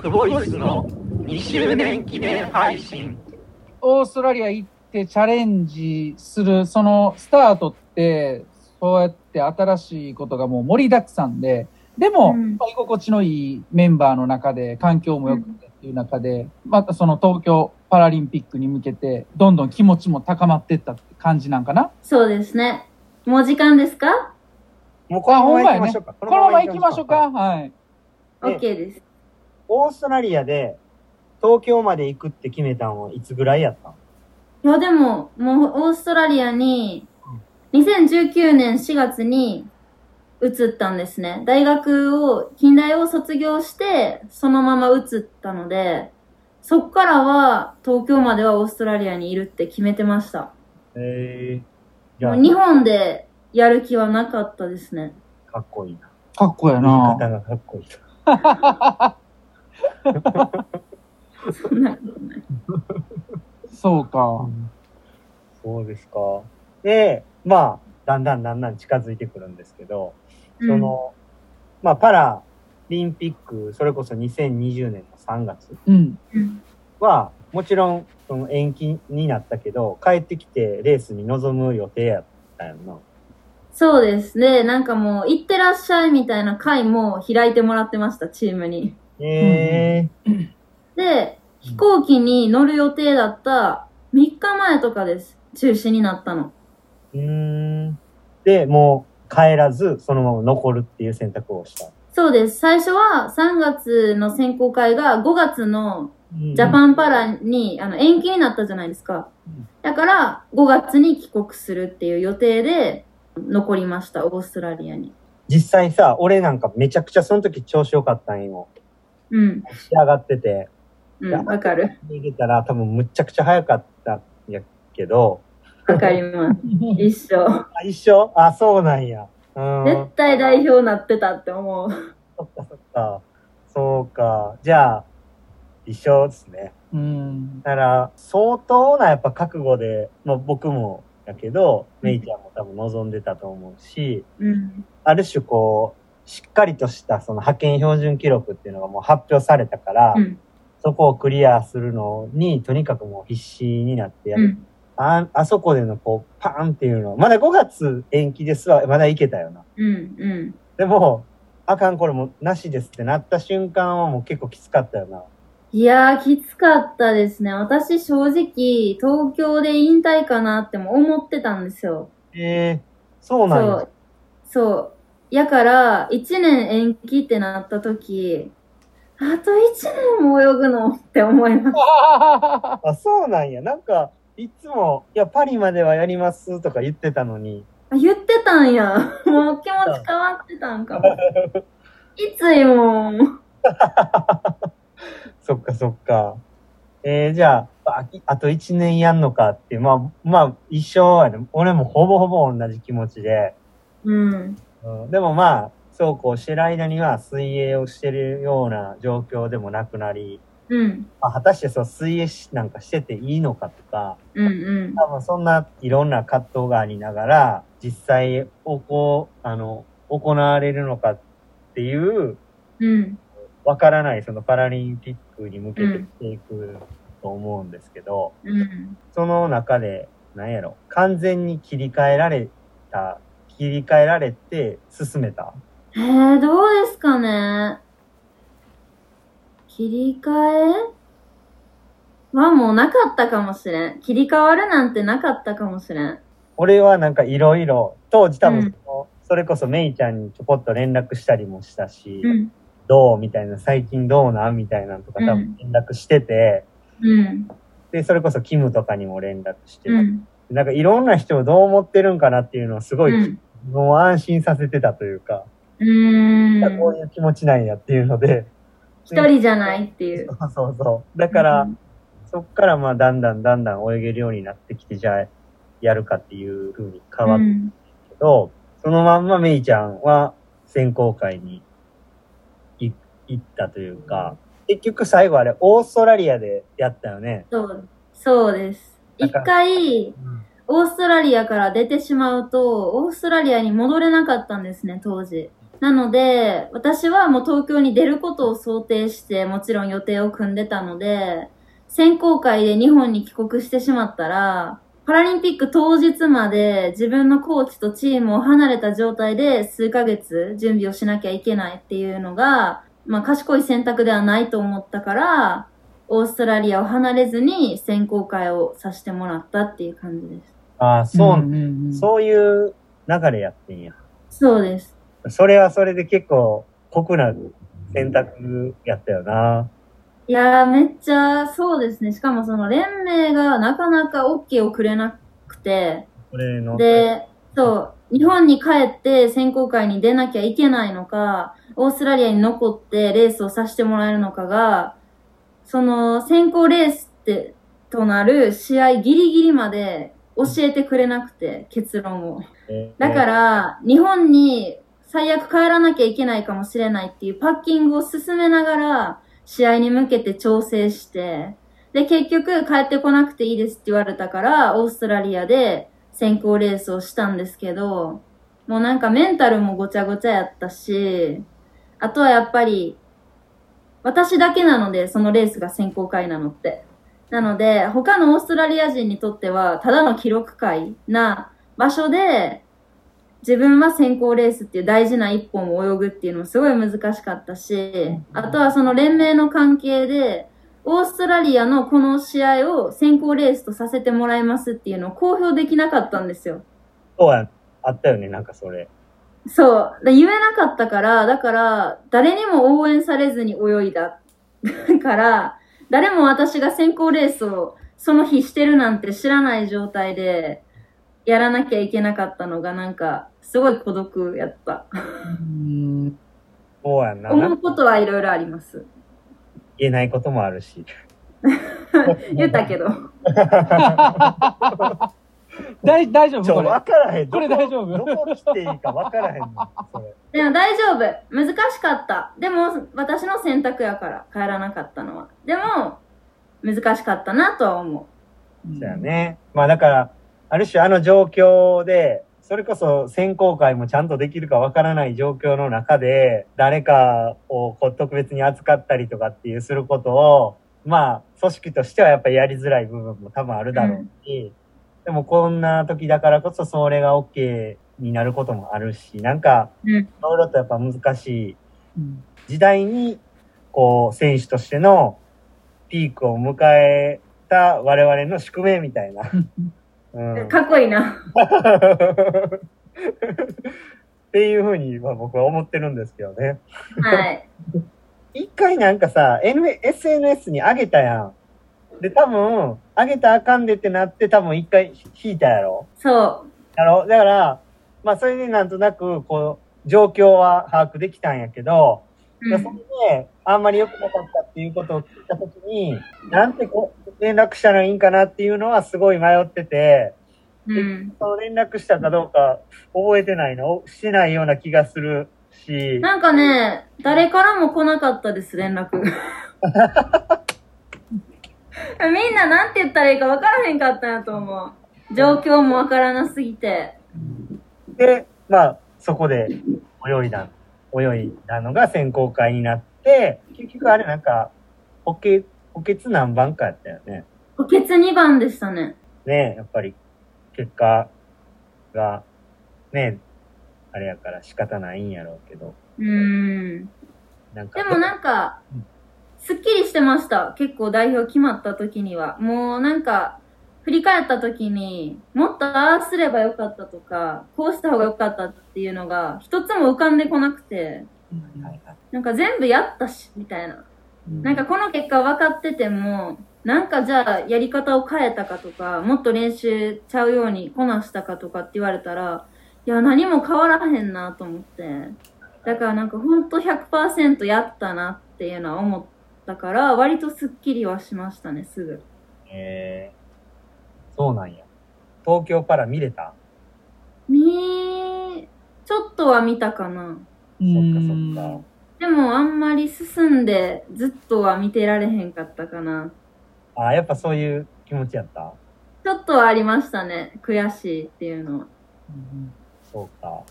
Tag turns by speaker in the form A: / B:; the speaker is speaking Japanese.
A: クボイスの2周年記念配信。
B: オーストラリア行ってチャレンジする、そのスタートって、そうやって新しいことがもう盛りだくさんで、でも、
C: うん
B: まあ居心地のいいメンバーの中で、環境も良くてっていう中で、またその東京パラリンピックに向けて、どんどん気持ちも高まってったって感じなんかな。
C: そうですね。もう時間ですか
D: もうこのまま行きましょうか。
B: このまま行きましょうか。。はい。
D: ええ
C: ?OK です。
D: オーストラリアで東京まで行くって決めたのはいつぐらいやったの
C: いや、でも、もうオーストラリアに、2019年4月に移ったんですね。大学を、近代を卒業して、そのまま移ったので、そっからは東京まではオーストラリアにいるって決めてました。
D: ええじゃ
C: もう日本でやる気はなかったですね。
D: あ、かっこいいな。
B: かっこや
D: 言い
B: な。
D: 方がかっこいいな。
C: そんなことない。
B: そうか。
D: そうですか。で、まあ、だんだんだんだん近づいてくるんですけど、その、まあ、パラリンピック、それこそ2020年の3月
B: うん。
C: うん
D: は、もちろん、その延期になったけど、帰ってきてレースに臨む予定やったよな。
C: そうですね。なんかもう、行ってらっしゃいみたいな会も開いてもらってました、チームに。
D: ええ
C: で、飛行機に乗る予定だった3日前とかです。中止になったの。
D: うーん。で、もう帰らず、そのまま残るっていう選択をした。
C: そうです。最初は3月の選考会が5月のジャ
D: ン。
C: パンパラに、あの延期になったじゃないですか
D: うん。
C: だから5月に帰国するっていう予定で残りました、オーストラリアに。
D: 実際さ、俺なんかめちゃくちゃその時調子良かったんよ。
C: うん。
D: 仕上がってて。
C: う
D: いや
C: ん。わかる。
D: 逃げたら多分むちゃくちゃ早かったんやけど、
C: わか ります。一緒。
D: あ、一緒あ、そうなんや。うー
C: 絶
D: ん。
C: 対代表なってたって思う。
D: そっかそっか。そうか。じゃあ、一緒ですね。
B: うん。
D: だから、相当なやっぱ覚悟で、まあ僕もやけど、メイちゃんも多分望んでたと思うし、
C: うん。
D: ある種こう、しっかりとしたその派遣標準記録っていうのがもう発表されたから、
C: うん。
D: そこをクリアするのに、とにかくもう必死になってやっ
C: うん。
D: あ、あそこでのこう、パーンっていうの。まだ5月延期ですわ。まだいけたよな。
C: うん。うん。
D: でも、あかん、これもうなしですってなった瞬間はもう結構きつかったよな。
C: いやー、きつかったですね。私、正直、東京で引退かなっても思ってたんですよ。
D: ええそう
C: そ
D: なん
C: う
D: や。。
C: そう。やから、1年延期ってなった時、あと1年も泳ぐのって思います。
D: あ、そうなんや。なんか、いつも、いや、パリまではやりますとか言ってたのに。
C: あ言ってたんや。 もう気持ち変わってたんか も。いついもん。
D: そっかそっか。えー、じゃあ、あきあと1年やんのかって、まあ、まあ、一生やね。俺もほぼほぼ同じ気持ちで。
C: うん。
D: うんでもまあ、そうこうしてる間には水泳をしてるような状況でもなくなり、
C: うん。
D: まあ、果たしてそう水泳しなんかしてていいのかとか、
C: うん。うん。
D: 多分そんないろんな葛藤がありながら、実際をこう、あの、行われるのかっていう、
C: うん。
D: わからないそのパラリンピックに向け
C: う
D: て
C: ん
D: していくと思うんですけど、
C: うん。
D: その中で、なんやろ、完全に切り替えられた、切り替えられて進めた。
C: えー、どうですかね切り替えはもうなかったかもしれん。切り替わるなんてなかったかもしれん。
D: 俺はなんかいろいろ、当時多
C: う
D: 分
C: ん
D: その、それこそメイちゃんにちょこっと連絡したりもしたし、
C: うん。
D: どうみたいな、最近どうなんみたいなのとか多分連絡してて、
C: うん。
D: で、それこそキムとかにも連絡して、
C: うん。
D: なんかいろんな人をどう思ってるんかなっていうのをすご
C: う
D: い、
C: ん。
D: もう安心させてたというか、
C: うー。
D: こうんいう気持ちなんやっていうので、
C: 一人じゃないっていう。
D: そう そうそう。だから、
C: うん
D: そっからまあだんだんだんだん泳げるようになってきて、じゃあやるかっていう風に変わっ
C: うん
D: けど、そのまんまメイちゃんは選考会にい行ったというか、結局最後あれ、オーストラリアでやったよね。
C: そう。そうです。
D: だ
C: 一
D: から
C: 回、オーストラリアから出てしまうと、オーストラリアに戻れなかったんですね、当時。なので、私はもう東京に出ることを想定して、もちろん予定を組んでたので、選考会で日本に帰国してしまったら、パラリンピック当日まで自分のコーチとチームを離れた状態で数ヶ月準備をしなきゃいけないっていうのが、まあ賢い選択ではないと思ったから、オーストラリアを離れずに選考会をさせてもらったっていう感じです。
D: ああ、そう、
B: んんうん
D: そういう流れやってんや。
C: そうです。
D: それはそれで結構酷な選択やったよな。
C: いやー、めっちゃ、そうですね。しかもその連盟がなかなか OK をくれなくて、
D: これの。
C: で、そう、日本に帰って選考会に出なきゃいけないのか、オーストラリアに残ってレースをさせてもらえるのかが、その選考レースって、となる試合ギリギリまで教えてくれなくて、結論を。
D: えー
C: だか、ら、日本に最悪帰らなきゃいけないかもしれないっていうパッキングを進めながら、試合に向けて調整して、で、結局帰ってこなくていいですって言われたから、オーストラリアで選考レースをしたんですけど、もうなんかメンタルもごちゃごちゃやったし、あとはやっぱり、私だけなので、そのレースが選考会なのって。なので、他のオーストラリア人にとっては、ただの記録会な場所で、自分は選考レースっていう大事な一本を泳ぐっていうのもすごい難しかったし、あとはその連盟の関係で、オーストラリアのこの試合を選考レースとさせてもらいますっていうのを公表できなかったんですよ。
D: そうや、あったよね、なんかそれ。
C: そう。で言えなかったから、だから、誰にも応援されずに泳いだから、誰も私が選考レースをその日してるなんて知らない状態で、やらなきゃいけなかったのが、なんか、すごい孤独やった。
B: うん
D: そうやんな。
C: 思うことはいろいろあります。
D: 言えないこともあるし。
C: 言ったけど。
B: 大大丈
D: ち
B: 夫
D: ょ、
B: これ。
D: わからへん。
B: これ
D: ど
B: 大丈夫
D: どこ来ていいかわからへんの。 それ。
C: でも大丈夫。難しかった。でも、私の選択やから、帰らなかったのは。でも、難しかったなとは思
D: そうやね。まあだから、ある種あの状況で、それこそ選考会もちゃんとできるかわからない状況の中で、誰かをこう特別に扱ったりとかっていうすることを、まあ組織としてはやっぱりやりづらい部分も多分あるだろうし、でもこんな時だからこそそれが OK になることもあるし、なんか、
C: う。うん。
D: いろいろとやっぱ難しい
B: うん
D: 時代に、こう、選手としてのピークを迎えた我々の宿命みたいな。うん、
C: かっこいいな。
D: っていうふうに、まあ、僕は思ってるんですけどね。
C: はい。
D: 一回なんかさ、N、SNS に上げたやん。で、多分、上げたらあかんでってなって、多分一回引いたやろ。
C: そ
D: やろだから、まあ、それでなんとなく、こう、状況は把握できたんやけど、
C: う。う
D: で
C: ん
D: それで、あんまり良くなかったっていうことを聞いたときに、なんてこう連絡したらいいんかなっていうのはすごい迷ってて、
C: うん。
D: その連絡したかどうか覚えてないのしてないような気がするし、
C: なんかね、誰からも来なかったです、連絡。み んななんて言ったらいいか分からへんかったんやと思う。状況も分からなすぎて。
D: で、まあ、そこで泳いだ、泳いだのが選考会になって、結局あれなんか、補欠、補欠何番かやったよね。
C: 補欠2番でしたね。
D: ねえやっぱり、結果が、ねえあれやから仕方ないんやろうけど、
C: うん。
D: なんか。
C: でもなんか
D: うん、
C: すっきりしてました。結構代表決まった時には。もうなんか、振り返った時に、もっとああすればよかったとか、こうした方がよかったっていうのが、一つも浮かんでこなくて、
D: はいはい
C: なんか全部やったし、みたいな。なんかこの結果分かってても、なんかじゃあやり方を変えたかとか、もっと練習ちゃうようにこなしたかとかって言われたら、いや、何も変わらへんなと思って。だからなんかほんと100%やったなっていうのは思ったから、割とスッキリはしましたね、すぐ。
D: えー、そうなんや。東京から見れた
C: みー、ちょっとは見たかな。
B: う
D: そっ
B: ん
D: かそっか。
C: でもあんまり進んでずっとは見てられへんかったかな。
D: ああ、やっぱそういう気持ちやった
C: ちょっとはありましたね、悔しいっていうのは。
B: うん
D: そうか。